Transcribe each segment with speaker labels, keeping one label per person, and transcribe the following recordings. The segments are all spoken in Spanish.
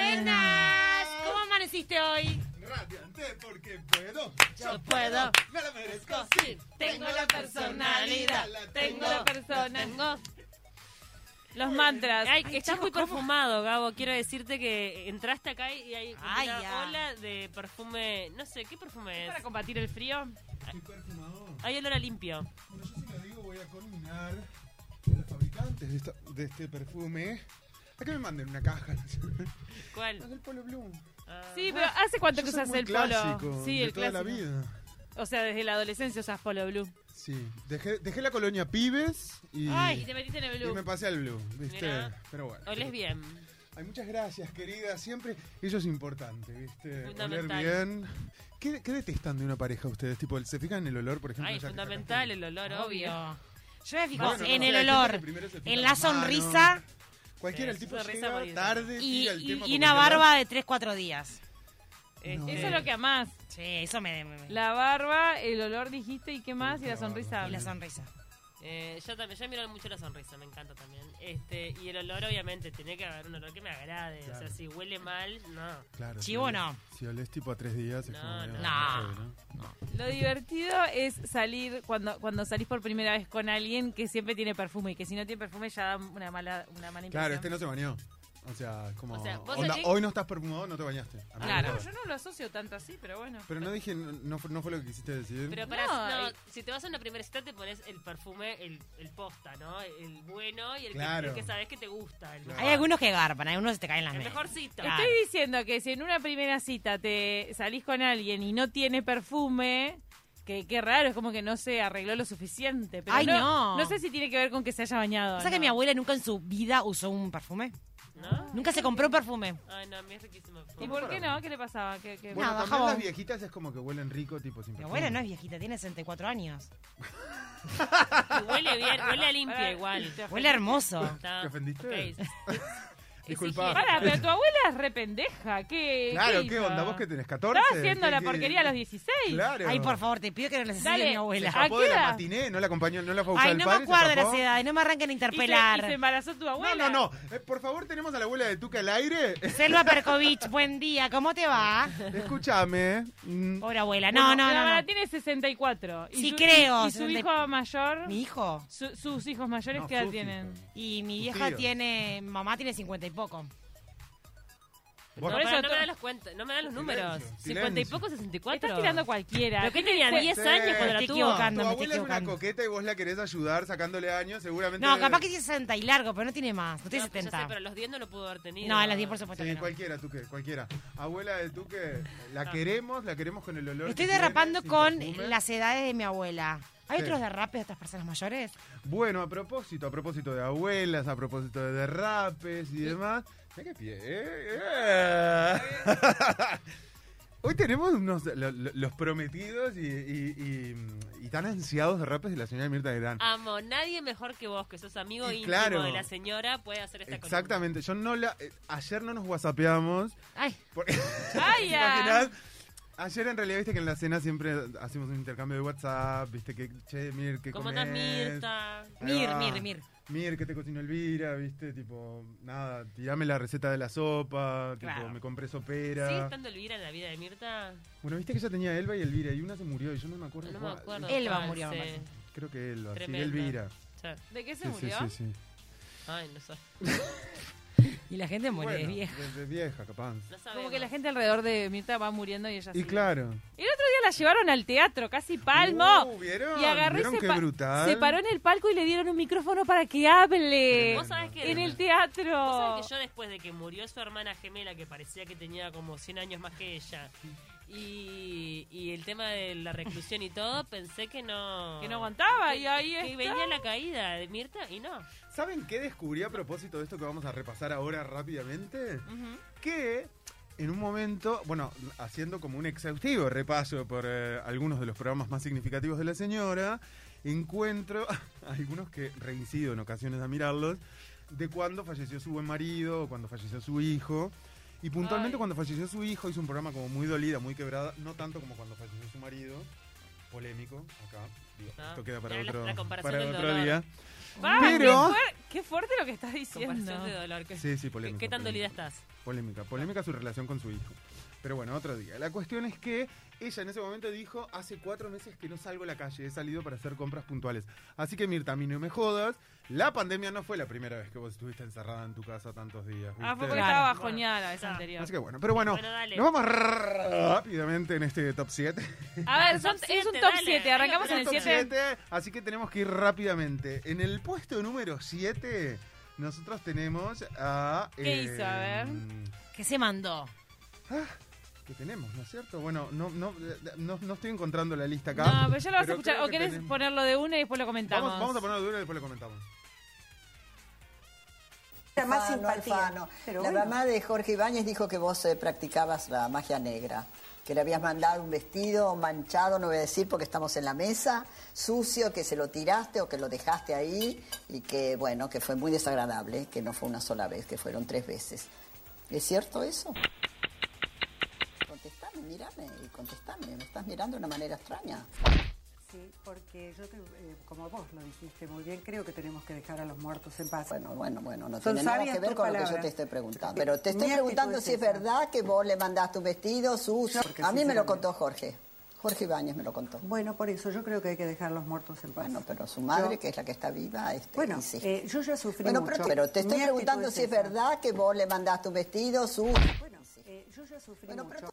Speaker 1: Buenas. ¿Cómo amaneciste hoy?
Speaker 2: Radiante porque puedo.
Speaker 1: Yo puedo.
Speaker 2: Me la merezco, sí.
Speaker 1: Tengo la personalidad. Tengo la persona.
Speaker 3: Los mantras.
Speaker 1: Ay,
Speaker 3: que
Speaker 1: que
Speaker 3: estás
Speaker 1: chico,
Speaker 3: muy
Speaker 1: ¿cómo?
Speaker 3: perfumado, Gabo. Quiero decirte que entraste acá y hay
Speaker 1: Ay,
Speaker 3: una
Speaker 1: ya.
Speaker 3: ola de perfume. No sé, ¿qué perfume es?
Speaker 4: Para combatir el frío.
Speaker 2: Soy perfumado.
Speaker 3: Hay olor a limpio.
Speaker 2: Bueno, yo sí lo digo, voy a combinar con los fabricantes de, esta- de este perfume. A que me manden una caja.
Speaker 3: ¿Cuál?
Speaker 2: Del Polo Blue.
Speaker 3: Ah.
Speaker 4: Sí, pero ¿hace cuánto
Speaker 2: Yo
Speaker 4: que
Speaker 2: soy
Speaker 4: usas
Speaker 2: muy
Speaker 4: el
Speaker 2: clásico,
Speaker 4: polo? Sí,
Speaker 2: de
Speaker 4: el
Speaker 2: toda
Speaker 4: clásico.
Speaker 2: la vida.
Speaker 4: O sea, desde la adolescencia usas polo blue.
Speaker 2: Sí. Dejé, dejé la colonia Pibes y,
Speaker 3: Ay, te metiste en el
Speaker 2: y
Speaker 3: blue.
Speaker 2: me pasé al Blue. ¿Viste?
Speaker 3: Mirá.
Speaker 2: Pero bueno.
Speaker 3: Olés bien.
Speaker 2: Ay, muchas gracias, querida. Siempre eso es importante, ¿viste? Oler
Speaker 3: Fundamental.
Speaker 2: bien. ¿Qué, qué detestan de una pareja ustedes? Tipo, ¿se fijan en el olor, por ejemplo?
Speaker 3: Ay,
Speaker 2: ya que
Speaker 3: fundamental
Speaker 2: sacaste?
Speaker 3: el olor, obvio.
Speaker 1: Obvio. Yo me fijo
Speaker 2: Bueno, no
Speaker 1: en
Speaker 2: sé, hay
Speaker 1: el
Speaker 2: gente que
Speaker 1: olor,
Speaker 2: primero se fija
Speaker 1: en la
Speaker 2: las manos.
Speaker 1: sonrisa
Speaker 2: Cualquiera,
Speaker 3: Sí,
Speaker 2: el tipo
Speaker 3: sonrisa
Speaker 2: llega
Speaker 3: bonita.
Speaker 2: tarde,
Speaker 1: y,
Speaker 2: tira el
Speaker 1: y-
Speaker 2: tema
Speaker 1: y
Speaker 2: como
Speaker 1: una
Speaker 2: que va.
Speaker 1: barba de 3-4 días.
Speaker 3: Este,
Speaker 4: Eh, Eso es lo que amás.
Speaker 1: Sí, eso me, me- me-
Speaker 4: La barba, el olor dijiste y qué más, y la
Speaker 2: La barba.
Speaker 4: sonrisa.
Speaker 1: Y la sonrisa.
Speaker 3: eh, yo también, yo miro mucho la sonrisa, me encanta también. Este, y el olor, obviamente, tiene que haber un olor que me agrade. O sea,
Speaker 2: Claro.
Speaker 3: si huele mal, no.
Speaker 2: Claro,
Speaker 1: Chivo
Speaker 2: si-
Speaker 1: no.
Speaker 2: Si olés tipo a tres días, es
Speaker 3: No,
Speaker 2: como,
Speaker 3: no.
Speaker 2: ah,
Speaker 1: No.
Speaker 2: sé, ¿no?
Speaker 4: Lo divertido es salir cuando, cuando salís por primera vez con alguien que siempre tiene perfume y que si no tiene perfume ya da una mala, una mala impresión.
Speaker 2: Claro, este no se bañó. O sea, como.
Speaker 3: O sea, vos
Speaker 2: onda,
Speaker 3: salís-
Speaker 2: Hoy no estás perfumado, no te bañaste. A mí me
Speaker 4: Claro. No,
Speaker 2: pasa.
Speaker 4: yo no lo asocio tanto así, pero bueno.
Speaker 2: Pero no dije, no, fue- no fue lo que quisiste decir.
Speaker 3: Pero para,
Speaker 4: No,
Speaker 3: no,
Speaker 4: y-
Speaker 3: si te vas a una primera cita te pones el perfume, el, el posta, ¿no? El bueno y el, que-
Speaker 2: Claro.
Speaker 3: el que, sabes que te gusta. El,
Speaker 2: Claro.
Speaker 3: mejor-
Speaker 1: Hay algunos que garpan, hay algunos que se te caen las
Speaker 3: el
Speaker 1: medias.
Speaker 3: mejorcito.
Speaker 1: Claro.
Speaker 4: Estoy diciendo que si en una primera cita te salís con alguien y no tiene perfume, que qué raro, es como que no se arregló lo suficiente. Pero
Speaker 1: Ay, no.
Speaker 4: no. sé si tiene que ver con que se haya bañado.
Speaker 1: ¿Sabes que
Speaker 4: no.
Speaker 1: mi abuela nunca en su vida usó un perfume?
Speaker 3: ¿No?
Speaker 1: Nunca se compró un perfume.
Speaker 3: Ay, no, a mí es riquísimo. el perfume.
Speaker 4: ¿Y por qué no? ¿Qué le pasaba? ¿Qué, qué-
Speaker 2: Bueno,
Speaker 1: No,
Speaker 2: también
Speaker 1: bajaba.
Speaker 2: las viejitas es como que huelen rico, tipo sin
Speaker 1: Mi
Speaker 2: perfume.
Speaker 1: abuela no es viejita, tiene 64 años.
Speaker 3: Y Huele bien, huele a limpia
Speaker 4: Pará,
Speaker 3: igual.
Speaker 4: te
Speaker 1: Huele hermoso.
Speaker 3: Está-
Speaker 2: ¿Te ofendiste?
Speaker 3: ok.
Speaker 2: Disculpa.
Speaker 4: Pará, pero tu abuela es rependeja. ¿qué
Speaker 2: Claro,
Speaker 4: ¿qué,
Speaker 2: ¿qué
Speaker 4: hizo?
Speaker 2: onda? ¿Vos que tenés 14?
Speaker 4: Estaba haciendo
Speaker 2: ¿Qué-
Speaker 4: la
Speaker 2: qué-
Speaker 4: porquería a los 16.
Speaker 2: Claro.
Speaker 1: Ay, por favor, te pido que no necesites
Speaker 4: Dale.
Speaker 1: mi
Speaker 2: Se
Speaker 1: abuela.
Speaker 4: Ah,
Speaker 2: escapó de la
Speaker 4: queda?
Speaker 2: matiné, no la acompañó, no la fue a buscar
Speaker 1: Ay,
Speaker 2: el
Speaker 1: no me
Speaker 2: padre, se
Speaker 1: acuerdo las
Speaker 2: escapó.
Speaker 1: edades, no me arranquen
Speaker 4: Y se,
Speaker 1: a
Speaker 4: y se
Speaker 1: interpelar.
Speaker 4: embarazó tu
Speaker 2: No, no,
Speaker 4: abuela.
Speaker 2: no. Eh, por favor, tenemos a la abuela de Tuca al aire.
Speaker 1: Selva Perkovich, buen día, ¿cómo te va?
Speaker 2: Escúchame. mm,
Speaker 1: Pobre abuela, no,
Speaker 4: Bueno,
Speaker 1: no,
Speaker 4: la
Speaker 1: no.
Speaker 4: verdad
Speaker 1: no.
Speaker 4: tiene 64. Y
Speaker 1: Sí,
Speaker 4: su-
Speaker 1: creo,
Speaker 4: Y, y su
Speaker 1: 60.
Speaker 4: hijo mayor,
Speaker 1: ¿Mi hijo?
Speaker 4: su- sus hijos mayores,
Speaker 2: no,
Speaker 4: ¿qué edad
Speaker 2: sus
Speaker 4: tienen?
Speaker 2: hijos.
Speaker 1: Y mi
Speaker 2: Tu
Speaker 1: vieja
Speaker 2: tío.
Speaker 1: tiene, mamá tiene 50 y poco.
Speaker 3: No,
Speaker 2: Bueno,
Speaker 4: Por eso
Speaker 3: pará, no
Speaker 4: to-
Speaker 3: me dan los cuentos, no me dan los
Speaker 2: Silencio,
Speaker 3: números.
Speaker 2: silencio.
Speaker 3: 50 y poco, 64.
Speaker 4: Estás tirando cualquiera.
Speaker 3: ¿Pero qué tenía? 10 años cuando la
Speaker 1: Te
Speaker 3: tuvo.
Speaker 1: equivocas.
Speaker 2: tu
Speaker 1: no, me estoy
Speaker 2: abuela es una
Speaker 1: equivocando.
Speaker 2: coqueta y vos la querés ayudar sacándole años, seguramente.
Speaker 1: No, capaz que tiene 60 y largo, pero no tiene más, no
Speaker 3: No,
Speaker 1: tiene
Speaker 3: pues ya sé,
Speaker 1: 70.
Speaker 3: pero los 10 no lo pudo haber tenido.
Speaker 1: No, a las 10 por supuesto
Speaker 2: Sí,
Speaker 1: que no.
Speaker 2: cualquiera, Tuque, cualquiera. Abuela de Tuque, la queremos, la queremos con el olor.
Speaker 1: Estoy
Speaker 2: que tiene,
Speaker 1: derrapando
Speaker 2: sin
Speaker 1: con
Speaker 2: perfume.
Speaker 1: las edades de mi abuela. ¿Hay
Speaker 2: Sí.
Speaker 1: otros derrapes de otras personas mayores?
Speaker 2: Bueno, a propósito, a propóito de abuelas, a propósito de derrapes y demás. Mirá qué pie. eh, eh. Hoy tenemos unos, lo- lo- los prometidos y, y- y- y tan ansiados derrapes de la señora Mirta Legrand.
Speaker 3: Amo, nadie mejor que vos, que sos amigo
Speaker 2: Y
Speaker 3: íntimo
Speaker 2: claro.
Speaker 3: de la señora, puede hacer esta columna.
Speaker 2: Exactamente, yo no la. eh, ayer no nos whatsappeamos.
Speaker 1: Ay,
Speaker 2: Porque,
Speaker 4: Ay,
Speaker 2: ¿te
Speaker 4: ay.
Speaker 2: imaginás? Ayer en realidad, viste que en la cena siempre hacemos un intercambio de WhatsApp, viste que, che, Mir, ¿qué
Speaker 3: ¿Cómo
Speaker 2: comés?
Speaker 3: estás, Mirta?
Speaker 2: Ahí
Speaker 1: Mir,
Speaker 2: va.
Speaker 1: Mir, Mir.
Speaker 2: Mir, ¿qué te cocinó Elvira? Viste, tipo, nada, tirame la receta de la sopa, tipo,
Speaker 1: Claro.
Speaker 2: me compré
Speaker 3: ¿Sigue
Speaker 2: sopera.
Speaker 3: estando Elvira en la vida de Mirta?
Speaker 2: bueno, viste que ella tenía Elva y Elvira, y una se murió, y yo no me acuerdo.
Speaker 3: No me
Speaker 2: cuál. Eh,
Speaker 3: acuerdo.
Speaker 1: Elba
Speaker 3: cuál,
Speaker 1: murió, me
Speaker 3: sí.
Speaker 1: parece.
Speaker 2: Creo que Elva,
Speaker 3: Tremendo.
Speaker 2: sí, Elvira.
Speaker 3: Sí.
Speaker 4: ¿De qué
Speaker 2: Sí,
Speaker 4: se
Speaker 2: sí,
Speaker 4: murió?
Speaker 2: sí, sí.
Speaker 3: Ay, no sé.
Speaker 1: Y la gente muere de
Speaker 2: Bueno,
Speaker 1: vieja.
Speaker 2: de- de vieja, capaz.
Speaker 3: No sabemos.
Speaker 4: Como que la gente alrededor de Mirta va muriendo y ella
Speaker 2: Y
Speaker 4: sigue.
Speaker 2: claro.
Speaker 4: El otro día la llevaron al teatro, casi palmo.
Speaker 2: Uh, ¿Vieron?
Speaker 4: y agarró y
Speaker 2: ¿Vieron
Speaker 4: se,
Speaker 2: qué
Speaker 4: pa-
Speaker 2: brutal?
Speaker 4: se paró en el palco y le dieron un micrófono para que hable.
Speaker 3: Vos sabés que...
Speaker 4: En el
Speaker 3: vos
Speaker 4: teatro.
Speaker 3: sabés que yo después de que murió su hermana gemela, que parecía que tenía como 100 años más que ella, y, y el tema de la reclusión y todo, pensé que no...
Speaker 4: Que no aguantaba,
Speaker 3: que-
Speaker 4: y ahí
Speaker 3: Que
Speaker 4: está.
Speaker 3: venía la caída de Mirta, y no.
Speaker 2: ¿Saben qué descubrí a propósito de esto que vamos a repasar ahora rápidamente? Que en un momento, bueno, haciendo como un exhaustivo repaso por eh, algunos de los programas más significativos de la señora, encuentro algunos que reincido en ocasiones a mirarlos, de cuando falleció su buen marido, cuando falleció su hijo. Y puntualmente
Speaker 4: Ay.
Speaker 2: cuando falleció su hijo hizo un programa como muy dolida, muy quebrada, no tanto como cuando falleció su marido, polémico, acá. Digo,
Speaker 3: Ah,
Speaker 2: esto queda para
Speaker 3: mirá la-
Speaker 2: otro,
Speaker 3: la comparación
Speaker 2: para
Speaker 3: del
Speaker 2: otro
Speaker 3: dolor.
Speaker 2: día.
Speaker 4: Pa,
Speaker 2: Pero-
Speaker 4: qué, fuer- qué fuerte lo que estás diciendo.
Speaker 3: Comparación de dolor. ¿Qué,
Speaker 2: Sí, sí,
Speaker 3: qué,
Speaker 2: polémica.
Speaker 3: qué tan dolida
Speaker 2: polémica.
Speaker 3: estás?
Speaker 2: Polémica, polémica su relación con su hijo. Pero bueno, otro día. La cuestión es que ella en ese momento dijo, hace cuatro meses que no salgo a la calle, he salido para hacer compras puntuales. Así que Mirta, a mí no me jodas, la pandemia no fue la primera vez que vos estuviste encerrada en tu casa tantos días.
Speaker 4: Ah, fue
Speaker 2: ¿viste?
Speaker 4: porque
Speaker 3: Claro.
Speaker 4: estaba bajoneada la vez
Speaker 3: Está.
Speaker 4: anterior.
Speaker 2: Así que bueno, pero bueno,
Speaker 3: Bueno, dale.
Speaker 2: nos vamos rápidamente en este top 7.
Speaker 4: A ver, son-
Speaker 3: Top
Speaker 4: es un
Speaker 3: siete,
Speaker 4: top
Speaker 3: dale.
Speaker 4: 7. Arrancamos
Speaker 3: Vamos
Speaker 4: en el
Speaker 2: Top
Speaker 4: 7.
Speaker 2: siete, así que tenemos que ir rápidamente. En el puesto número 7, nosotros tenemos a... eh,
Speaker 4: ¿Qué hizo? A ver.
Speaker 1: ¿Qué se mandó?
Speaker 2: que Ah, tenemos, ¿no es cierto? Bueno, no, no, no, no estoy encontrando la lista acá.
Speaker 4: No, pero ya lo vas a
Speaker 2: Pero
Speaker 4: escuchar.
Speaker 2: creo
Speaker 4: ¿O
Speaker 2: que
Speaker 4: querés
Speaker 2: tenemos-
Speaker 4: ponerlo de una y después lo comentamos?
Speaker 2: Vamos, vamos a ponerlo duro y después lo comentamos.
Speaker 5: Era más
Speaker 6: Alfano,
Speaker 5: simpatía.
Speaker 6: Alfano.
Speaker 5: Pero
Speaker 6: la
Speaker 5: bueno.
Speaker 6: mamá de Jorge Ibáñez dijo que vos eh, practicabas la magia negra, que le habías mandado un vestido manchado, no voy a decir porque estamos en la mesa, sucio, que se lo tiraste o que lo dejaste ahí y que, bueno, que fue muy desagradable, que no fue una sola vez, que fueron tres veces. ¿Es cierto eso? Contestame, mírame y contestame. Me estás mirando de una manera extraña.
Speaker 7: Sí, porque yo, te- eh, como vos lo dijiste muy bien, creo que tenemos que dejar a los muertos en paz.
Speaker 6: Bueno, bueno, bueno, no
Speaker 7: Son
Speaker 6: tiene nada
Speaker 7: sabias
Speaker 6: que ver
Speaker 7: tus
Speaker 6: con lo que yo
Speaker 7: palabras.
Speaker 6: te estoy preguntando.
Speaker 7: Mi-
Speaker 6: Pero te estoy
Speaker 7: mi actitud
Speaker 6: preguntando
Speaker 7: es
Speaker 6: si es
Speaker 7: esa.
Speaker 6: verdad que vos le mandaste un vestido sucio.
Speaker 7: Porque
Speaker 6: A mí me lo
Speaker 7: sinceramente-
Speaker 6: contó Jorge. Jorge Ibáñez me lo contó.
Speaker 7: Bueno, por eso yo creo que hay que dejar a los muertos en paz.
Speaker 6: Bueno, pero su madre,
Speaker 7: Yo-
Speaker 6: que es la que está viva, este,
Speaker 7: Bueno,
Speaker 6: insiste.
Speaker 7: eh, yo ya sufrí
Speaker 6: Bueno,
Speaker 7: mucho.
Speaker 6: pero, pero te estoy
Speaker 7: Mi actitud
Speaker 6: preguntando si es
Speaker 7: esa.
Speaker 6: verdad que vos le mandaste un vestido sucio.
Speaker 7: Bueno, eh, yo ya sufrí
Speaker 6: Bueno, pero
Speaker 7: mucho.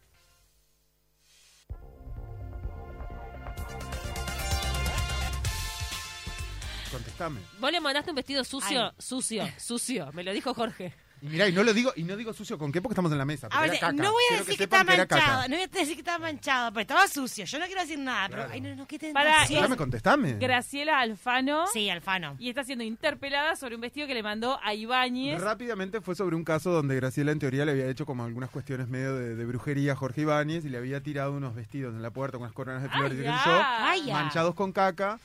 Speaker 2: Contestame.
Speaker 3: Vos le mandaste un vestido sucio, sucio, sucio. Me lo dijo Jorge.
Speaker 2: Y mirá, y no lo digo, y no digo sucio con qué porque estamos en la mesa.
Speaker 1: A
Speaker 2: Pero
Speaker 4: Ah,
Speaker 1: ver,
Speaker 2: era caca.
Speaker 1: no voy a
Speaker 2: Quiero
Speaker 1: decir que,
Speaker 2: sepan
Speaker 1: está
Speaker 2: era caca.
Speaker 1: manchado, no voy a decir que está manchado, pero estaba sucio. Yo no quiero decir nada,
Speaker 2: Claro.
Speaker 1: pero ay, no, no, qué
Speaker 4: Pará,
Speaker 1: tentación.
Speaker 2: Dame, contestame.
Speaker 4: Graciela Alfano.
Speaker 1: Sí, Alfano.
Speaker 4: Y está siendo interpelada sobre un vestido que le mandó a Ibáñez.
Speaker 2: Rápidamente fue sobre un caso donde Graciela en teoría le había hecho como algunas cuestiones medio de, de brujería a Jorge Ibáñez y le había tirado unos vestidos en la puerta con las coronas de flores y qué sé yo.
Speaker 1: Ay, ya.
Speaker 2: manchados con caca.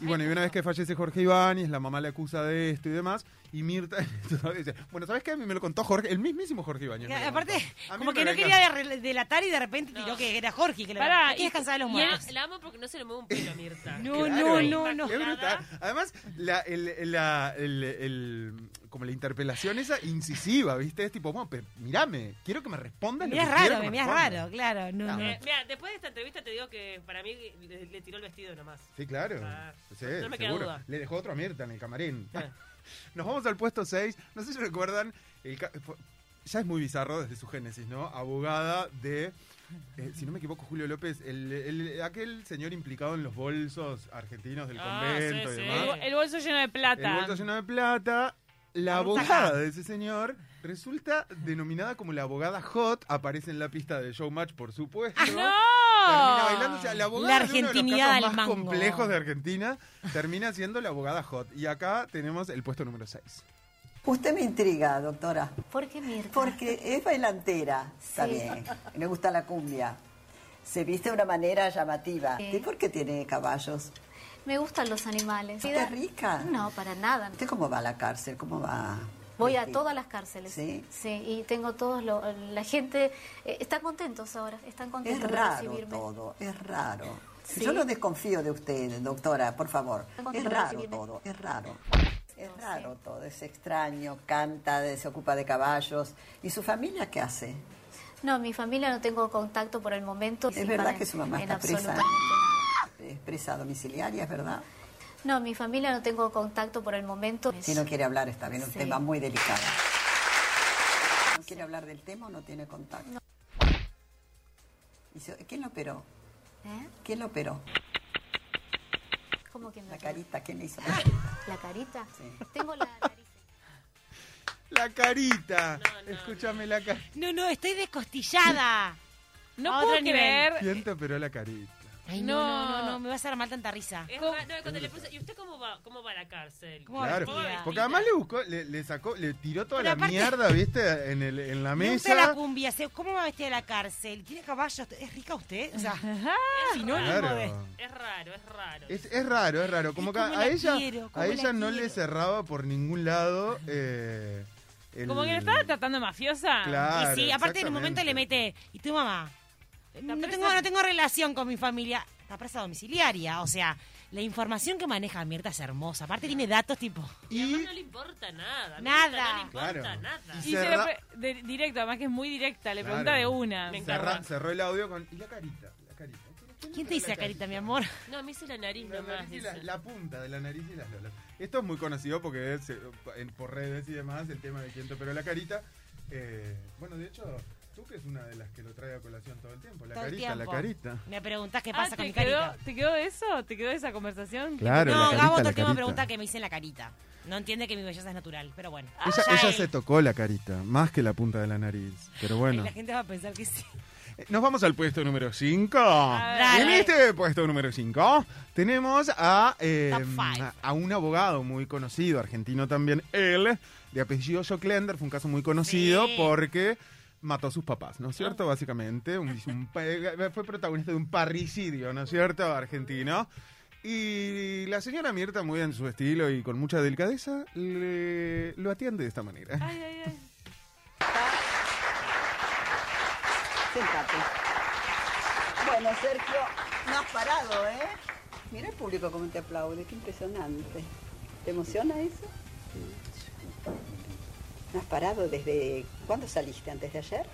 Speaker 2: Y bueno, y una vez que fallece Jorge Ibáñez, la mamá le acusa de esto y demás. Y Mirta dice, bueno, ¿sabes qué? A mí me lo contó Jorge, el mismísimo Jorge Ibáñez. me lo
Speaker 1: Aparte,
Speaker 2: contó. A mí
Speaker 1: como
Speaker 2: me
Speaker 1: que no
Speaker 2: vengas-
Speaker 1: quería de- delatar y de repente tiró que era Jorge. Que
Speaker 4: Pará,
Speaker 1: la, hay que
Speaker 4: y-
Speaker 1: descansar a los
Speaker 4: y-
Speaker 3: La,
Speaker 1: muertos.
Speaker 4: Yes.
Speaker 3: la amo porque no se le mueve un pelo a Mirta.
Speaker 1: No,
Speaker 2: Claro.
Speaker 1: no, no, no.
Speaker 2: Qué brutal. Además, la, el, el- la- el- el- como la interpelación esa incisiva, ¿viste? Es tipo, bueno, pero mirame, quiero que me respondas.
Speaker 1: Me
Speaker 2: lo
Speaker 1: mirás
Speaker 2: que quiero
Speaker 1: raro,
Speaker 2: que
Speaker 1: me mirás
Speaker 2: respondas.
Speaker 1: raro, claro. No,
Speaker 2: Ah.
Speaker 1: no.
Speaker 2: Eh,
Speaker 3: mira, después de esta entrevista te digo que para mí le, le tiró el vestido nomás.
Speaker 2: Sí, claro.
Speaker 3: Ah,
Speaker 2: Sí,
Speaker 3: no me queda
Speaker 2: seguro.
Speaker 3: duda.
Speaker 2: Le dejó otro a Mirta en el camarín.
Speaker 3: Ah.
Speaker 2: Nos vamos al puesto 6. No sé si recuerdan. el ca- fue- ya es muy bizarro desde su génesis, ¿no? Abogada de. eh, si no me equivoco, Julio López, el, el- aquel señor implicado en los bolsos argentinos del
Speaker 3: Ah,
Speaker 2: convento
Speaker 3: sí,
Speaker 2: y
Speaker 3: sí.
Speaker 2: demás.
Speaker 4: El bolso lleno de plata.
Speaker 2: El bolso lleno de plata. La abogada de ese señor resulta denominada como la abogada hot. Aparece en la pista de Showmatch, por supuesto.
Speaker 3: Ah,
Speaker 2: Termina bailando. O sea, la abogada
Speaker 1: Oh, La
Speaker 2: de uno de los
Speaker 1: argentinidad
Speaker 2: casos
Speaker 1: al
Speaker 2: más
Speaker 1: mango.
Speaker 2: complejos de Argentina termina siendo la abogada hot. Y acá tenemos el puesto número 6.
Speaker 6: Usted me intriga, doctora.
Speaker 8: ¿Por qué Mirta?
Speaker 6: Porque es bailantera, está
Speaker 8: Sí.
Speaker 6: bien. Me gusta la cumbia. Se viste de una manera llamativa.
Speaker 8: Sí.
Speaker 6: ¿Y por qué tiene caballos?
Speaker 8: Me gustan los animales.
Speaker 6: ¿Estás rica?
Speaker 8: No, para nada.
Speaker 6: ¿Usted cómo va a la cárcel? ¿Cómo va?
Speaker 8: Voy a
Speaker 6: Este,
Speaker 8: todas las cárceles.
Speaker 6: Sí.
Speaker 8: y tengo todos los... La gente... eh, están contentos ahora, están
Speaker 6: Es
Speaker 8: contentos de
Speaker 6: raro
Speaker 8: recibirme.
Speaker 6: todo, es raro.
Speaker 8: Sí.
Speaker 6: Yo no desconfío de usted, doctora, por favor.
Speaker 8: Tengo
Speaker 6: Es
Speaker 8: que
Speaker 6: raro
Speaker 8: recibirme.
Speaker 6: todo, es raro. Es
Speaker 8: No sé.
Speaker 6: raro todo, es extraño, canta, de- se ocupa de caballos. ¿Y su familia qué hace?
Speaker 8: No, mi familia no tengo contacto por el momento.
Speaker 6: Es verdad que su mamá
Speaker 8: en
Speaker 6: está presa.
Speaker 8: absolutamente nada.
Speaker 6: Es presa domiciliaria, es verdad.
Speaker 8: No, mi familia no tengo contacto por el momento.
Speaker 6: Si no quiere hablar está bien, un
Speaker 8: Sí.
Speaker 6: tema muy delicado. ¿No quiere hablar del tema o no tiene contacto? ¿Y se- ¿Quién lo operó?
Speaker 8: ¿Eh?
Speaker 6: ¿Quién lo operó?
Speaker 8: ¿Cómo que me
Speaker 6: La carita, ¿quién le hizo?
Speaker 8: ¿La carita?
Speaker 6: Sí.
Speaker 8: Tengo la nariz.
Speaker 2: La carita. Escúchame la carita.
Speaker 1: No, no, estoy descostillada.
Speaker 4: No
Speaker 1: A
Speaker 4: puedo
Speaker 1: otro nivel.
Speaker 4: creer.
Speaker 2: ¿Quién te operó la carita?
Speaker 1: Ay, no,
Speaker 4: No.
Speaker 1: no, no, no, me va a hacer mal tanta risa.
Speaker 3: Es
Speaker 4: ¿Cómo?
Speaker 3: más, no, cuando le puse, ¿Y usted cómo va, cómo va a la cárcel?
Speaker 1: ¿Cómo?
Speaker 2: Claro,
Speaker 1: Pobrecita.
Speaker 2: porque además le buscó, le, le sacó, le tiró toda
Speaker 1: Pero
Speaker 2: la
Speaker 1: aparte-
Speaker 2: mierda, viste, en, el, en la
Speaker 1: Me gusta la
Speaker 2: mesa.
Speaker 1: cumbia. se- ¿Cómo va a vestir a la cárcel? ¿Tiene caballos? ¿Es rica usted? O sea, es sinónimo de...
Speaker 2: Claro.
Speaker 3: Es raro, es raro.
Speaker 2: Es, es raro, es raro. Como
Speaker 1: ¿Y
Speaker 2: que
Speaker 1: cómo
Speaker 2: a
Speaker 1: la
Speaker 2: ella,
Speaker 1: quiero? ¿Cómo
Speaker 2: a ella
Speaker 1: la
Speaker 2: no
Speaker 1: quiero?
Speaker 2: le cerraba por ningún lado. eh, el-
Speaker 4: Como que la estaba tratando de mafiosa.
Speaker 2: Claro,
Speaker 1: y sí, aparte en un momento
Speaker 2: exactamente.
Speaker 1: le mete, ¿y tu mamá?
Speaker 4: presa?
Speaker 1: No tengo, no tengo relación con mi familia. está presa domiciliaria. O sea, la información que maneja Mirta es hermosa. Aparte tiene datos tipo...
Speaker 3: Y además
Speaker 2: Y
Speaker 3: no le importa nada. a Mirta
Speaker 1: Nada.
Speaker 3: No le importa
Speaker 2: Claro.
Speaker 3: nada.
Speaker 2: Y
Speaker 4: Y se
Speaker 2: cerra-
Speaker 4: lo pre- de- directo, además que es muy directa, le
Speaker 2: Claro.
Speaker 4: pregunta de una.
Speaker 3: Me encanta.
Speaker 2: cerra- cerró el audio con. Y la carita, la carita.
Speaker 1: ¿Quién te dice la carita, mi amor?
Speaker 3: No, me hice la nariz
Speaker 2: La,
Speaker 3: nomás.
Speaker 2: nariz y la,
Speaker 3: dice.
Speaker 2: la punta de la nariz y las lolas. Esto es muy conocido porque es, eh, en- por redes y demás el tema de quién te operó la carita. Eh, bueno, de hecho, tú que es una de las que lo trae a colación todo el tiempo. La
Speaker 1: Todo el
Speaker 2: carita, la
Speaker 1: tiempo.
Speaker 2: carita.
Speaker 1: Me preguntás qué
Speaker 4: Ah,
Speaker 1: pasa
Speaker 4: ¿te,
Speaker 1: con mi
Speaker 4: quedó,
Speaker 1: carita.
Speaker 4: ¿Te quedó eso? ¿Te quedó esa conversación?
Speaker 2: Claro, la
Speaker 1: no, Gabo
Speaker 2: carita,
Speaker 1: todo
Speaker 2: la
Speaker 1: el tiempo
Speaker 2: carita.
Speaker 1: me pregunta que me hice en la carita. No entiende que mi belleza es natural, pero bueno.
Speaker 2: Ella,
Speaker 1: Ah, Ya
Speaker 2: ella
Speaker 1: él-
Speaker 2: se tocó la carita, más que la punta de la nariz. Pero
Speaker 1: Ay,
Speaker 2: bueno.
Speaker 1: La gente va a pensar que sí.
Speaker 2: Eh, Nos vamos al puesto número 5.
Speaker 1: ver.
Speaker 2: En
Speaker 1: Dale.
Speaker 2: este puesto número 5 tenemos a, eh,
Speaker 1: Top five.
Speaker 2: a un abogado muy conocido, argentino también, él, de apellido Joclender, fue un caso muy conocido
Speaker 1: Sí. Ah.
Speaker 2: porque mató a sus papás, ¿no es cierto? Básicamente, un- un pa- fue protagonista de un parricidio, ¿no es cierto? Argentino. Y la señora Mirta, muy en su estilo y con mucha delicadeza, le- lo atiende de esta manera.
Speaker 4: Ay, ay, ay.
Speaker 6: Sentate.
Speaker 7: Bueno, Sergio,
Speaker 6: No has parado, ¿eh?
Speaker 7: mira el público cómo te aplaude, qué impresionante. ¿Te emociona eso? ¿No has parado desde... ¿Cuándo saliste? ¿Antes de ayer?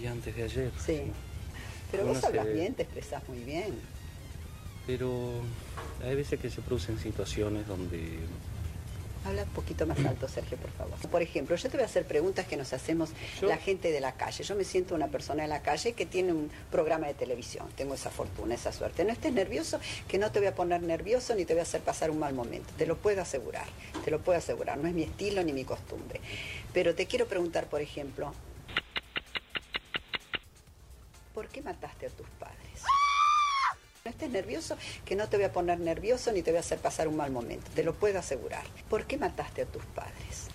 Speaker 5: Y antes de ayer.
Speaker 7: Sí. Pero
Speaker 5: Uno
Speaker 7: vos
Speaker 5: se-
Speaker 7: hablas bien, te expresás muy bien.
Speaker 5: Pero hay veces que se producen situaciones donde
Speaker 7: Habla un poquito más alto, Sergio, por favor. Por ejemplo, yo te voy a hacer preguntas que nos hacemos
Speaker 5: Yo-
Speaker 7: la gente de la calle. Yo me siento una persona de la calle que tiene un programa de televisión. Tengo esa fortuna, esa suerte. No estés nervioso, que no te voy a poner nervioso ni te voy a hacer pasar un mal momento. Te lo puedo asegurar, te lo puedo asegurar. No es mi estilo ni mi costumbre. Pero te quiero preguntar, por ejemplo, ¿por qué mataste a tus padres? No estés nervioso, que no te voy a poner nervioso ni te voy a hacer pasar un mal momento. Te lo puedo asegurar. ¿Por qué mataste a tus padres?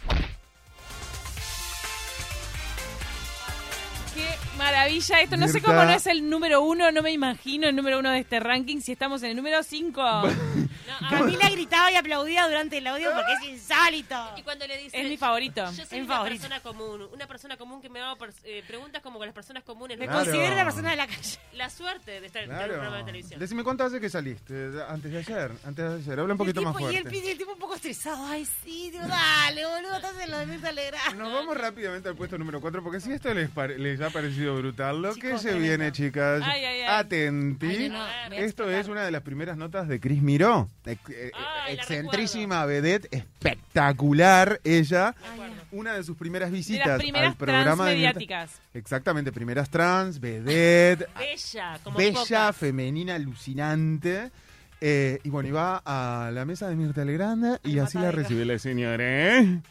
Speaker 4: Qué maravilla esto. No sé
Speaker 2: Mirta.
Speaker 4: cómo no es el número uno, no me imagino el número uno de este ranking si estamos en el número cinco.
Speaker 3: No, ah,
Speaker 1: Camila gritaba y aplaudía durante el audio porque es insólito.
Speaker 3: y cuando le dice.
Speaker 4: Es mi favorito.
Speaker 3: Yo soy
Speaker 1: Es mi
Speaker 3: una
Speaker 1: favorito.
Speaker 3: persona común. Una persona común que me hago pers- eh, preguntas como con las personas comunes.
Speaker 1: Me
Speaker 2: Claro.
Speaker 1: considero una persona de la calle.
Speaker 3: La suerte de estar en un
Speaker 2: Claro.
Speaker 3: programa de televisión.
Speaker 2: Decime cuánto hace que saliste, antes de ayer, antes de ayer. Habla un poquito
Speaker 1: el
Speaker 2: más
Speaker 1: tipo,
Speaker 2: fuerte.
Speaker 1: Y el, pi- el tipo un poco estresado. Ay, sí, digo, dale, boludo, estás en lo de Mirta Legrand.
Speaker 2: Nos vamos rápidamente al puesto número 4 porque si esto les, pare- les ha parecido brutal, lo que
Speaker 1: Chicos,
Speaker 2: se
Speaker 1: tremendo.
Speaker 2: viene, chicas,
Speaker 4: Ay, ay, ay.
Speaker 2: atenti.
Speaker 1: Ay, no, no, me voy a
Speaker 2: esto
Speaker 1: explotar.
Speaker 2: es una de las primeras notas de Cris Miró, ex- eh,
Speaker 3: Ay, la
Speaker 2: excentrísima vedette, espectacular ella.
Speaker 3: De acuerdo.
Speaker 2: Una de sus primeras
Speaker 4: De
Speaker 2: visitas
Speaker 4: las primeras
Speaker 2: al programa de Mirta-
Speaker 4: transmediáticas.
Speaker 2: Exactamente, primeras trans, vedette,
Speaker 3: Bella, como
Speaker 2: bella,
Speaker 3: pocas.
Speaker 2: femenina, alucinante. Eh, y bueno, y va a la mesa de Mirta Legrand y
Speaker 1: Ay,
Speaker 2: así la
Speaker 1: matadera.
Speaker 2: recibe la señora, ¿eh?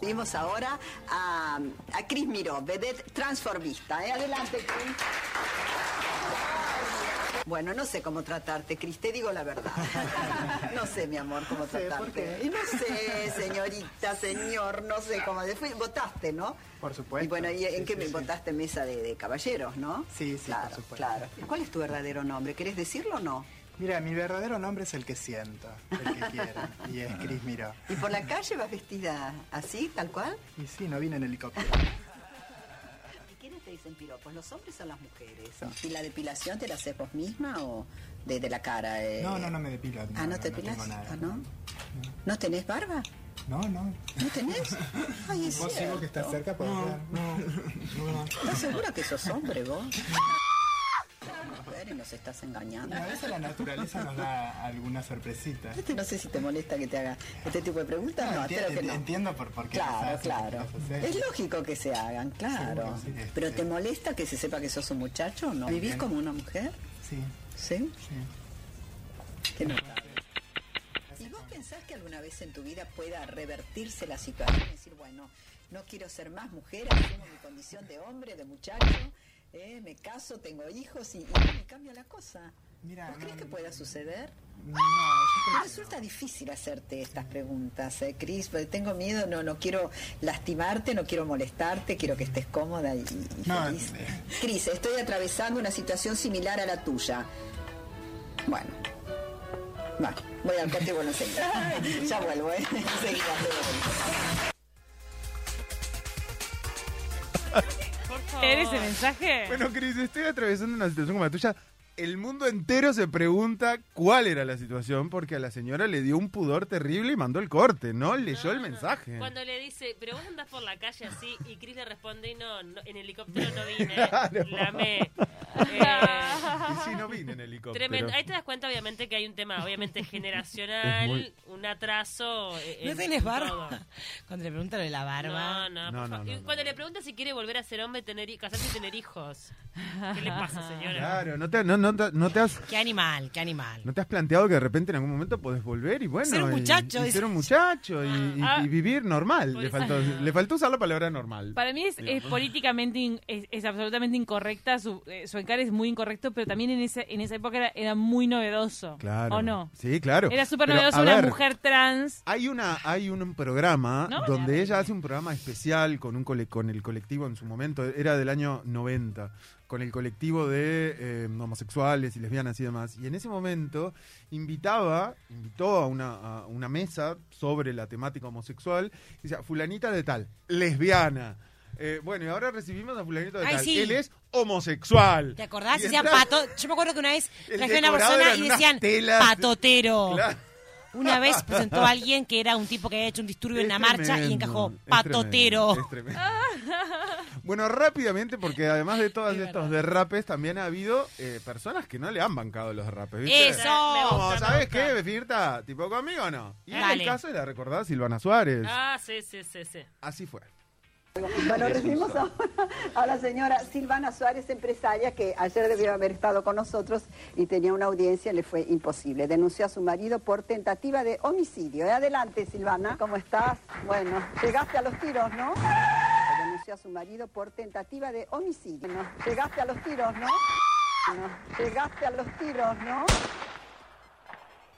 Speaker 6: Vimos ahora a, a Cris Miró, vedette transformista. ¿eh? Adelante, Cris. Bueno, no sé cómo tratarte, Cris, te digo la verdad. No sé, mi amor, cómo tratarte. Y no sé, señorita, señor, no sé cómo. Después votaste, ¿no?
Speaker 9: Por supuesto.
Speaker 6: Y bueno, ¿y en
Speaker 9: Sí,
Speaker 6: qué
Speaker 9: sí,
Speaker 6: me
Speaker 9: sí.
Speaker 6: votaste mesa de, de caballeros, no?
Speaker 9: Sí, sí, por
Speaker 6: claro,
Speaker 9: supuesto.
Speaker 6: Claro. ¿Cuál es tu verdadero nombre? ¿Querés decirlo o no?
Speaker 9: Mira, mi verdadero nombre es el que siento, el que quiero, y es Cris Miró.
Speaker 6: ¿Y por la calle vas vestida así, tal cual?
Speaker 9: Y sí, no vine en helicóptero.
Speaker 6: ¿Y quiénes te dicen piropos? ¿Los hombres o las mujeres? ¿Y la depilación te la haces vos misma o de, de la cara? eh?
Speaker 9: No, no, no me depilo.
Speaker 6: Ah, ¿no te depilas?
Speaker 9: tengo nada.
Speaker 6: Ah, ¿no? ¿No tenés barba?
Speaker 9: No, no.
Speaker 6: ¿No tenés? Ay, es
Speaker 9: Vos
Speaker 6: cierto.
Speaker 9: sigo que estás cerca para no, no, no.
Speaker 6: ¿Estás segura que sos hombre vos? Mujer, y nos estás engañando.
Speaker 9: A veces la naturaleza nos da alguna sorpresita.
Speaker 6: Este No sé si te molesta que te haga este tipo de preguntas. No,
Speaker 9: Ah, enti-
Speaker 6: espero que
Speaker 9: enti-
Speaker 6: no.
Speaker 9: Entiendo por, por qué
Speaker 6: Claro,
Speaker 9: las haces,
Speaker 6: claro.
Speaker 9: las haces.
Speaker 6: Es lógico que se hagan, claro.
Speaker 9: Seguro, sí, este.
Speaker 6: Pero
Speaker 9: sí.
Speaker 6: ¿te molesta que se sepa que sos un muchacho o no? ¿Vivís
Speaker 9: Bien.
Speaker 6: como una mujer?
Speaker 9: Sí,
Speaker 6: ¿Sí?
Speaker 9: sí.
Speaker 6: Qué notable. ¿Y vos pensás que alguna vez en tu vida pueda revertirse la situación? Decir, bueno, no quiero ser más mujer, asumo mi condición de hombre, de muchacho, eh, me caso, tengo hijos y, y me cambia la cosa.
Speaker 9: Mira,
Speaker 6: ¿Vos
Speaker 9: no,
Speaker 6: crees que
Speaker 9: no,
Speaker 6: pueda suceder?
Speaker 9: No,
Speaker 6: Me
Speaker 9: Ah, yo creo que
Speaker 6: Ah, resulta difícil hacerte estas preguntas, eh, Cris, porque tengo miedo, no, no quiero lastimarte, no quiero molestarte, quiero que estés cómoda y, y
Speaker 9: No,
Speaker 6: feliz.
Speaker 9: eh.
Speaker 6: Cris, estoy atravesando una situación similar a la tuya. Bueno. Va, voy al corte y vuelvo enseguida. ya vuelvo, ¿eh? Enseguida. te vuelvo.
Speaker 3: Por favor.
Speaker 4: ¿Eres ese mensaje?
Speaker 3: Oh.
Speaker 2: Bueno, Cris, estoy atravesando una situación como la tuya, El mundo entero se pregunta cuál era la situación porque a la señora le dio un pudor terrible y mandó el corte, no leyó el
Speaker 3: No, no.
Speaker 2: mensaje.
Speaker 3: Cuando le dice, pero vos andás por la calle así, y Chris le responde, no, no, en helicóptero no vine,
Speaker 2: Claro.
Speaker 3: la amé. Eh,
Speaker 2: Y si no vine en helicóptero.
Speaker 3: tremendo. Ahí te das cuenta, obviamente, que hay un tema, obviamente, generacional,
Speaker 2: Es muy-
Speaker 3: un atraso. eh,
Speaker 1: ¿No
Speaker 3: en
Speaker 1: tenés
Speaker 3: todo.
Speaker 1: barba? Cuando le preguntan lo de la barba.
Speaker 3: No, no,
Speaker 2: No,
Speaker 3: por
Speaker 2: no,
Speaker 3: fa-
Speaker 2: no,
Speaker 3: y
Speaker 2: no,
Speaker 3: Cuando
Speaker 2: no.
Speaker 3: le pregunta si quiere volver a ser hombre, tener, hi- casarse y tener hijos. ¿Qué le pasa, señora?
Speaker 2: Claro, no te, no, no te- no te has,
Speaker 1: Qué animal, qué animal.
Speaker 2: no te has planteado que de repente en algún momento podés volver y bueno.
Speaker 1: Ser un
Speaker 2: y-
Speaker 1: muchacho,
Speaker 2: y ser
Speaker 1: dice.
Speaker 2: un muchacho y, y-
Speaker 4: Ah.
Speaker 2: y vivir normal. Le
Speaker 3: Pues,
Speaker 2: faltó,
Speaker 3: ah.
Speaker 2: le faltó usar la palabra normal.
Speaker 4: Para mí es, es políticamente, in- es, es absolutamente incorrecta, su, eh, su encare es muy incorrecto, pero también en esa, en esa época era, era muy novedoso.
Speaker 2: Claro.
Speaker 4: ¿O no?
Speaker 2: Sí, claro.
Speaker 4: Era súper
Speaker 2: Pero,
Speaker 4: novedoso
Speaker 2: a
Speaker 4: una
Speaker 2: ver,
Speaker 4: mujer trans.
Speaker 2: Hay una hay un programa
Speaker 4: No,
Speaker 2: donde
Speaker 4: la-
Speaker 2: ella hace un programa especial con un cole- con el colectivo en su momento, era del año 90, con el colectivo de eh, homosexuales y lesbianas y demás. Y en ese momento invitaba, invitó a una, a una mesa sobre la temática homosexual, y decía, fulanita de tal, lesbiana. Eh, bueno, y ahora recibimos a fulanito de
Speaker 1: Ay,
Speaker 2: tal.
Speaker 1: sí.
Speaker 2: Él es homosexual.
Speaker 1: ¿Te acordás?
Speaker 2: Y
Speaker 1: Decían
Speaker 2: entra-
Speaker 1: pato. Yo me acuerdo que una vez
Speaker 2: El
Speaker 1: traje una
Speaker 2: decorado
Speaker 1: persona
Speaker 2: eran
Speaker 1: y
Speaker 2: unas
Speaker 1: decían
Speaker 2: telas.
Speaker 1: patotero.
Speaker 2: Claro.
Speaker 1: Una vez presentó a alguien que era un tipo que había hecho un disturbio
Speaker 2: Es
Speaker 1: en una marcha y
Speaker 2: tremendo,
Speaker 1: encajó
Speaker 2: es
Speaker 1: patotero.
Speaker 2: tremendo, es tremendo. bueno, rápidamente, porque además de todos estos derrapes, también ha habido eh, personas que no le han bancado los derrapes. ¿viste?
Speaker 1: Eso.
Speaker 3: Me gusta,
Speaker 2: Como,
Speaker 3: me
Speaker 2: ¿sabes
Speaker 3: gusta.
Speaker 2: qué, Befirta? ¿Tipo conmigo o no? Y en
Speaker 1: Dale.
Speaker 2: el caso de la recordada Silvana Suárez.
Speaker 3: Ah, sí, sí, sí, sí.
Speaker 2: Así fue.
Speaker 6: Bueno, recibimos a, a la señora Silvana Suárez, empresaria, que ayer debió haber estado con nosotros y tenía una audiencia, le fue imposible. Denunció a su marido por tentativa de homicidio. Adelante, Silvana, ¿cómo estás? Bueno, llegaste a los tiros, ¿no? Denunció a su marido por tentativa de homicidio. Bueno, llegaste a los tiros, ¿no? Bueno, llegaste a los tiros, ¿no?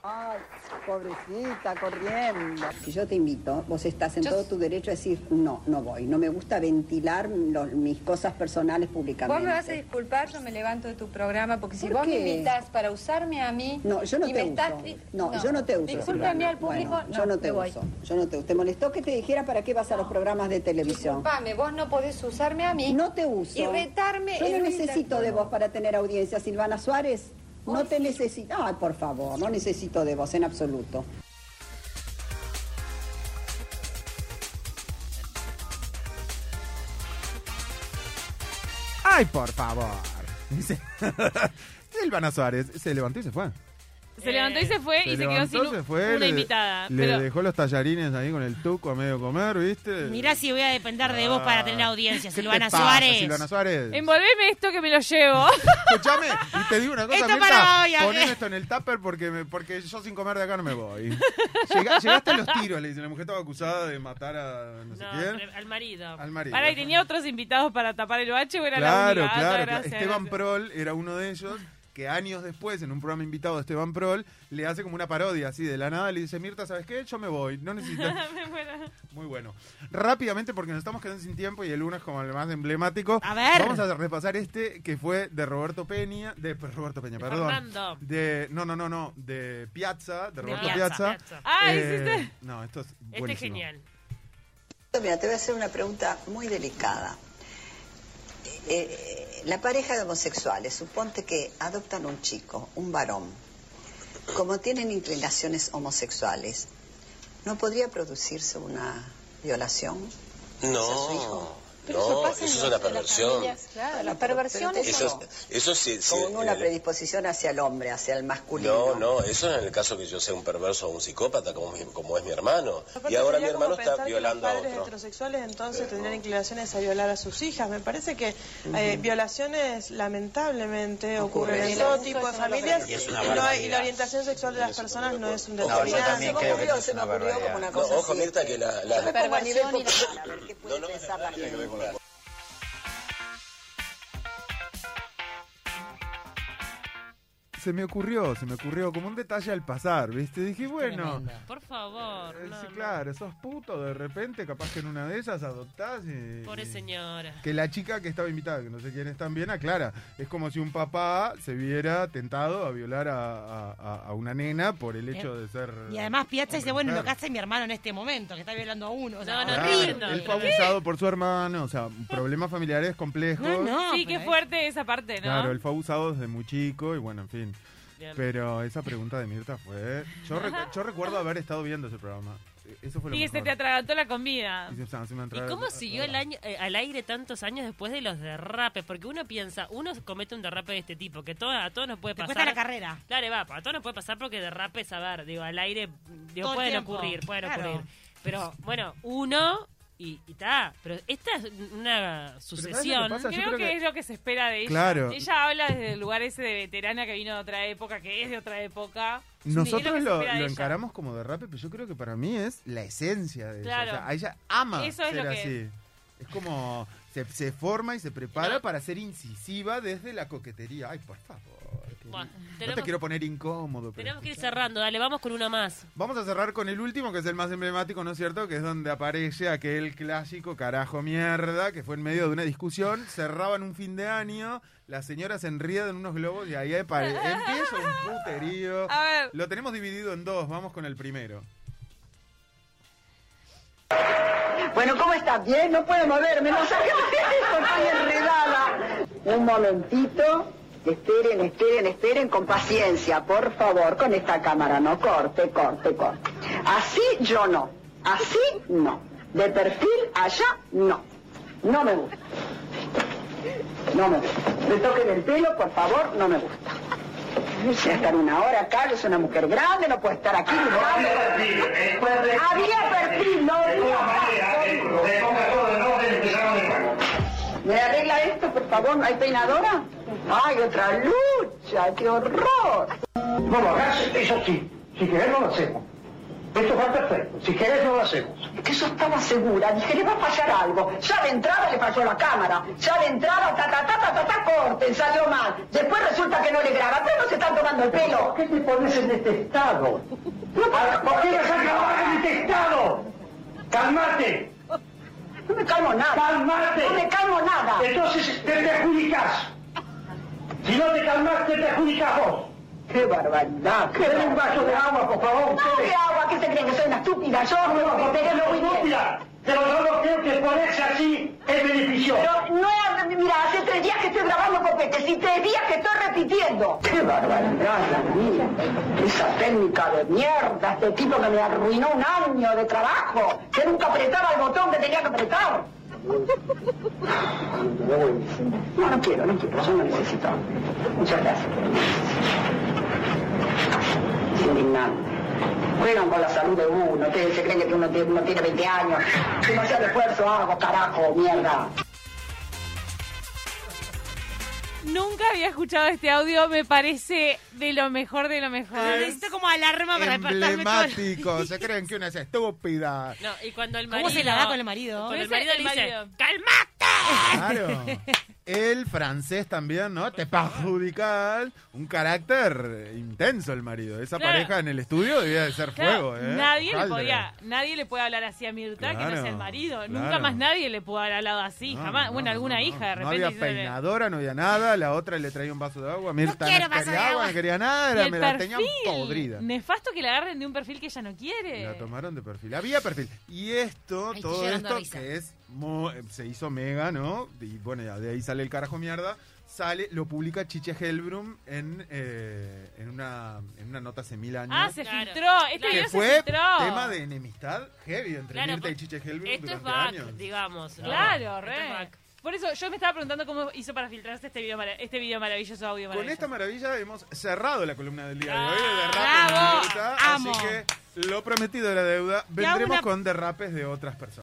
Speaker 6: Ay, pobrecita, corriendo. Si yo te invito, vos estás en todo tu derecho a decir, no, no voy, no me gusta ventilar los- mis cosas personales públicamente.
Speaker 9: Vos me vas a disculpar, yo me levanto de tu programa porque si
Speaker 6: ¿Por
Speaker 9: vos me
Speaker 6: qué?
Speaker 9: invitas para usarme a mí
Speaker 6: No, yo no
Speaker 9: y
Speaker 6: te uso.
Speaker 9: me estás
Speaker 6: No, yo no te uso.
Speaker 9: Discúlpame al
Speaker 6: Bueno,
Speaker 9: público, no,
Speaker 6: yo no te
Speaker 9: me voy.
Speaker 6: uso. Yo no te uso. ¿Te molestó que te dijera para qué vas a los programas de televisión?
Speaker 9: Disculpame, vos no podés usarme a mí
Speaker 6: No te uso.
Speaker 9: y retarme.
Speaker 6: Yo
Speaker 9: en
Speaker 6: no
Speaker 9: un
Speaker 6: necesito de
Speaker 9: intercambio.
Speaker 6: vos para tener audiencia, Silvana Suárez. No te necesito. Ay, por favor, no necesito de vos en absoluto.
Speaker 2: ¡Ay, por favor! Dice- Silvana Suárez se levantó y se fue.
Speaker 4: Se levantó y se fue Eh, y se quedó
Speaker 2: levantó,
Speaker 4: sin un-
Speaker 2: se fue,
Speaker 4: una
Speaker 2: le-
Speaker 4: invitada.
Speaker 2: Le
Speaker 4: pero
Speaker 2: dejó los tallarines ahí con el tuco a medio comer, ¿viste?
Speaker 1: Mirá si voy a depender de vos para tener audiencia,
Speaker 2: ¿Qué te
Speaker 1: Silvana
Speaker 2: pasa,
Speaker 1: Suárez.
Speaker 2: Silvana Suárez.
Speaker 4: envolveme esto que me lo llevo.
Speaker 2: Escuchame, y te digo una cosa,
Speaker 1: Esto
Speaker 2: Mirta,
Speaker 1: para hoy, ¿a qué?
Speaker 2: poneme esto en el tupper porque, me- porque yo sin comer de acá no me voy. Llega- llegaste a los tiros, le dice, la mujer estaba acusada de matar a no sé
Speaker 3: No,
Speaker 2: quién,
Speaker 3: pre- al marido.
Speaker 2: al marido.
Speaker 4: Para, y tenía otros invitados para tapar el bache o era la
Speaker 2: Claro,
Speaker 4: única. Ah,
Speaker 2: claro, claro.
Speaker 4: gracias,
Speaker 2: Esteban
Speaker 4: gracias.
Speaker 2: Prol era uno de ellos que años después, en un programa invitado de Esteban Prol, le hace como una parodia así de la nada, le dice, Mirta, ¿sabes qué? Yo me voy, no necesitas...
Speaker 4: Me muero.
Speaker 2: Muy bueno. Rápidamente, porque nos estamos quedando sin tiempo y el uno es como el más emblemático.
Speaker 1: A ver.
Speaker 2: Vamos a repasar este que fue de Roberto Peña. De pues, Roberto Peña, perdón.
Speaker 3: Fernando.
Speaker 2: De. No, no, no, no. De Piazza, de Roberto
Speaker 1: Piazza.
Speaker 2: Piazza.
Speaker 3: Piazza.
Speaker 4: Ah,
Speaker 2: Eh,
Speaker 4: hiciste-
Speaker 2: No, esto es
Speaker 3: Este
Speaker 2: buenísimo.
Speaker 3: es genial.
Speaker 10: Mira, te voy a hacer una pregunta muy delicada. Eh, la pareja de homosexuales, suponte que adoptan un chico, un varón, como tienen inclinaciones homosexuales, ¿no podría producirse una violación? hacia su hijo?
Speaker 9: Pero eso pasa en los- en las familias, claro, la perversión es
Speaker 10: Eso
Speaker 9: algo.
Speaker 11: Eso sí, sí,
Speaker 10: Con
Speaker 11: en
Speaker 10: una
Speaker 11: el-
Speaker 10: predisposición hacia el hombre, hacia el
Speaker 11: No,
Speaker 10: masculino.
Speaker 11: no, eso es en el caso que yo sea un perverso o un psicópata, como, mi- como es mi hermano.
Speaker 9: Aparte
Speaker 11: Y ahora mi
Speaker 9: sería como
Speaker 11: hermano está
Speaker 9: pensar que los
Speaker 11: violando a
Speaker 9: padres
Speaker 11: otro.
Speaker 9: heterosexuales entonces tendrían inclinaciones a violar a sus hijas. Me parece que eh, violaciones lamentablemente ocurren en todo tipo de familias y, no hay- y la orientación sexual de las personas no es un
Speaker 10: No, yo
Speaker 9: determinante.
Speaker 10: también creo que se me ocurrió como una cosa
Speaker 11: No, ojo,
Speaker 10: así,
Speaker 11: Mirta,
Speaker 10: este,
Speaker 11: que la-
Speaker 10: yo
Speaker 11: la-
Speaker 10: me pongo a nivel
Speaker 9: Perversión y la-
Speaker 10: popular, a ver qué puede pensar la gente.
Speaker 2: se me ocurrió, se me ocurrió como un detalle al pasar, ¿viste? Dije, bueno,
Speaker 3: Tremendo. Por favor.
Speaker 2: eh,
Speaker 3: no,
Speaker 2: sí,
Speaker 3: no.
Speaker 2: claro, sos puto, de repente capaz que en una de ellas adoptás y...
Speaker 3: Pobre señora.
Speaker 2: Que la chica que estaba invitada, que no sé quién es también, aclara. Es como si un papá se viera tentado a violar a, a- a- a una nena por el hecho de ser.
Speaker 1: Y además Piazza
Speaker 2: hombre,
Speaker 1: dice, bueno, lo
Speaker 2: mujer.
Speaker 1: que hace mi hermano en este momento, que está violando a uno. O sea,
Speaker 3: No, no,
Speaker 2: Claro,
Speaker 3: horrible.
Speaker 2: él fue abusado por su hermano, o sea, problemas familiares complejos.
Speaker 1: No, no.
Speaker 4: sí, qué
Speaker 1: pero-
Speaker 4: fuerte esa parte, ¿no?
Speaker 2: Ah, Claro, él fue abusado desde muy chico y bueno, en fin.
Speaker 3: Bien.
Speaker 2: Pero esa pregunta de Mirta fue. Yo, recu- yo recuerdo haber estado viendo ese programa. Eso fue lo
Speaker 4: y se
Speaker 2: mejor.
Speaker 4: te atragantó la comida.
Speaker 2: Y se- o sea, se me
Speaker 3: ¿Y
Speaker 2: entraron-
Speaker 3: cómo siguió el año, eh, al aire tantos años después de los derrapes? Porque uno piensa, uno comete un derrape de este tipo, que todo, a todos nos puede
Speaker 1: te
Speaker 3: pasar.
Speaker 1: cuesta la carrera.
Speaker 3: Dale, va, a todos nos puede pasar porque derrapes, a ver, digo, al aire, digo,
Speaker 1: Todo el
Speaker 3: pueden
Speaker 1: tiempo.
Speaker 3: ocurrir, pueden
Speaker 1: Claro.
Speaker 3: ocurrir. Pero bueno, uno y y está. Pero esta es una
Speaker 2: lo que
Speaker 3: sucesión.
Speaker 2: pasa? Yo
Speaker 4: Creo
Speaker 2: creo
Speaker 4: que,
Speaker 2: que-
Speaker 4: es lo que se espera de ella.
Speaker 2: Claro.
Speaker 4: Ella habla desde el lugar ese de veterana que vino de otra época, que es de otra época. Es
Speaker 2: Nosotros
Speaker 4: que se
Speaker 2: lo,
Speaker 4: espera de
Speaker 2: lo
Speaker 4: ella.
Speaker 2: encaramos como derrape, pero yo creo que para mí es la esencia de
Speaker 4: Claro.
Speaker 2: eso. O sea, ella ama
Speaker 4: Eso es
Speaker 2: ser
Speaker 4: lo que-
Speaker 2: así. Es como se, se forma y se prepara
Speaker 3: No.
Speaker 2: para ser incisiva desde la coquetería. Ay, por favor. que-
Speaker 3: Bueno,
Speaker 2: no
Speaker 3: tenemos-
Speaker 2: te quiero poner incómodo. pero-
Speaker 3: Tenemos que ir cerrando, dale, vamos con uno más.
Speaker 2: Vamos a cerrar con el último, que es el más emblemático, ¿no es cierto? Que es donde aparece aquel clásico carajo mierda, que fue en medio de una discusión, cerraban un fin de año, las señoras se enrían en unos globos y ahí apa- empieza un puterío.
Speaker 4: A ver.
Speaker 2: Lo tenemos dividido en dos, vamos con el primero.
Speaker 6: Bueno, ¿cómo estás? Bien, no puedo moverme, no sé qué es esto, estoy enredada. Un momentito. Esperen, esperen, esperen con paciencia, por favor, con esta cámara, no corte, corte, corte. Así yo no, así no. De perfil allá no. No me gusta. No me gusta. Me toquen el pelo, por favor, no me gusta. Voy a estar una hora acá, yo soy una mujer grande, no puedo estar aquí. Había perfil, no
Speaker 1: eh,
Speaker 6: había. ¿Me arregla esto, por favor? ¿No hay peinadora? ¡Ay, otra lucha! ¡Qué horror!
Speaker 12: No lo hagas, eso sí. Si querés, no lo hacemos. Esto va perfecto. Si querés, no lo hacemos.
Speaker 6: Que yo estaba segura, dije, le va a fallar algo. Ya de entrada le falló la cámara. Ya de entrada, ta, ta, ta, ta, ta, ta, corten, salió mal. Después resulta que no le graba, pero no se están tomando el
Speaker 12: ¿Por
Speaker 6: pelo.
Speaker 12: qué te pones en este estado? Ahora, ¿Por qué vas a acabar en este estado? ¡Calmate!
Speaker 6: No me calmo nada.
Speaker 12: ¡Calmate!
Speaker 6: No me calmo nada.
Speaker 12: Entonces te perjudicas. Si no te calmas, te perjudicas vos.
Speaker 6: ¡Qué barbaridad! ¡Qué
Speaker 12: Denme un vaso de agua, por favor,
Speaker 6: No,
Speaker 12: ustedes.
Speaker 6: ¿qué agua? ¿Qué se creen? ¿Que soy una estúpida? Yo
Speaker 12: No, no,
Speaker 6: me
Speaker 12: porque
Speaker 6: pegué
Speaker 12: es
Speaker 6: muy
Speaker 12: lo
Speaker 6: bien.
Speaker 12: estúpida. Pero yo no creo que ponerse así es beneficioso.
Speaker 6: Pero no es... Mira, hace tres días que estoy grabando copetes y tres días que estoy repitiendo. ¡Qué barbaridad la mía! Esa técnica de mierda, este tipo que me arruinó un año de trabajo, que nunca apretaba el botón que tenía que apretar. No, no quiero, no quiero, yo no necesito. Muchas gracias. Indignante. Juegan con la salud de uno, ustedes se creen que uno tiene, uno tiene 20 años. Demasiado esfuerzo hago, carajo, mierda.
Speaker 4: Nunca había escuchado este audio, me parece de lo mejor de lo
Speaker 1: Lo
Speaker 4: mejor.
Speaker 1: necesito como alarma para despertarme todo.
Speaker 2: Emblemático, se creen que una es estúpida.
Speaker 3: No, y cuando el
Speaker 1: ¿Cómo
Speaker 3: marido.
Speaker 1: se la da con el marido?
Speaker 3: Con el
Speaker 4: Ese-
Speaker 3: marido
Speaker 4: el
Speaker 3: le dice:
Speaker 4: marido.
Speaker 3: ¡Calmate!
Speaker 2: Claro. El francés también, ¿no? Te perjudical. Un carácter intenso el marido. Esa
Speaker 4: Claro.
Speaker 2: pareja en el estudio debía de ser
Speaker 4: Claro,
Speaker 2: fuego, ¿eh?
Speaker 4: Nadie le
Speaker 2: Hojaldre.
Speaker 4: podía, nadie le puede hablar así a Mirta, que no sea
Speaker 2: Claro,
Speaker 4: el marido. Nunca
Speaker 2: claro.
Speaker 4: más nadie le pudo haber hablado así,
Speaker 2: No,
Speaker 4: jamás.
Speaker 2: no,
Speaker 4: bueno,
Speaker 2: no,
Speaker 4: alguna
Speaker 2: no,
Speaker 4: hija de
Speaker 2: No
Speaker 4: repente.
Speaker 2: había
Speaker 4: diciéndole-
Speaker 2: peinadora, no había nada. La otra le traía un vaso de agua. Mirta
Speaker 1: quiero
Speaker 2: no
Speaker 1: vaso de
Speaker 2: quería agua,
Speaker 1: agua.
Speaker 2: no quería nada.
Speaker 4: Y el
Speaker 2: me la tenían podrida.
Speaker 4: Nefasto que la agarren de un perfil que ella no quiere.
Speaker 2: La tomaron de perfil. Había perfil. Y esto,
Speaker 1: Ay, estoy
Speaker 2: todo
Speaker 1: llorando de
Speaker 2: esto
Speaker 1: risa.
Speaker 2: que es mo- eh, se hizo mega, ¿no? Y bueno, ya de ahí sale el carajo mierda. Sale, lo publica Chiche Helbrum en, eh, en, una, en una nota hace mil años.
Speaker 4: Ah, se
Speaker 3: Claro.
Speaker 4: filtró. Este
Speaker 3: Que
Speaker 4: video
Speaker 2: que
Speaker 4: se
Speaker 2: fue
Speaker 4: filtró. pues,
Speaker 2: tema de enemistad heavy entre
Speaker 3: Claro,
Speaker 2: Mirta y
Speaker 3: por-
Speaker 2: Chiche Helbrum
Speaker 3: Esto es
Speaker 2: durante
Speaker 3: back,
Speaker 2: años.
Speaker 3: digamos. ¿no?
Speaker 4: Claro,
Speaker 3: Esto
Speaker 4: re.
Speaker 3: es back.
Speaker 4: Por eso yo me estaba preguntando cómo hizo para filtrarse este video, mara- este video maravilloso, audio
Speaker 2: Con
Speaker 4: maravilloso.
Speaker 2: esta maravilla hemos cerrado la columna del día de hoy de
Speaker 1: Ah, ¡Bravo!
Speaker 2: derrapes de Mirta,
Speaker 1: Amo.
Speaker 2: así que lo prometido era deuda.
Speaker 1: hago
Speaker 2: Vendremos
Speaker 1: una-
Speaker 2: con derrapes de otras personas.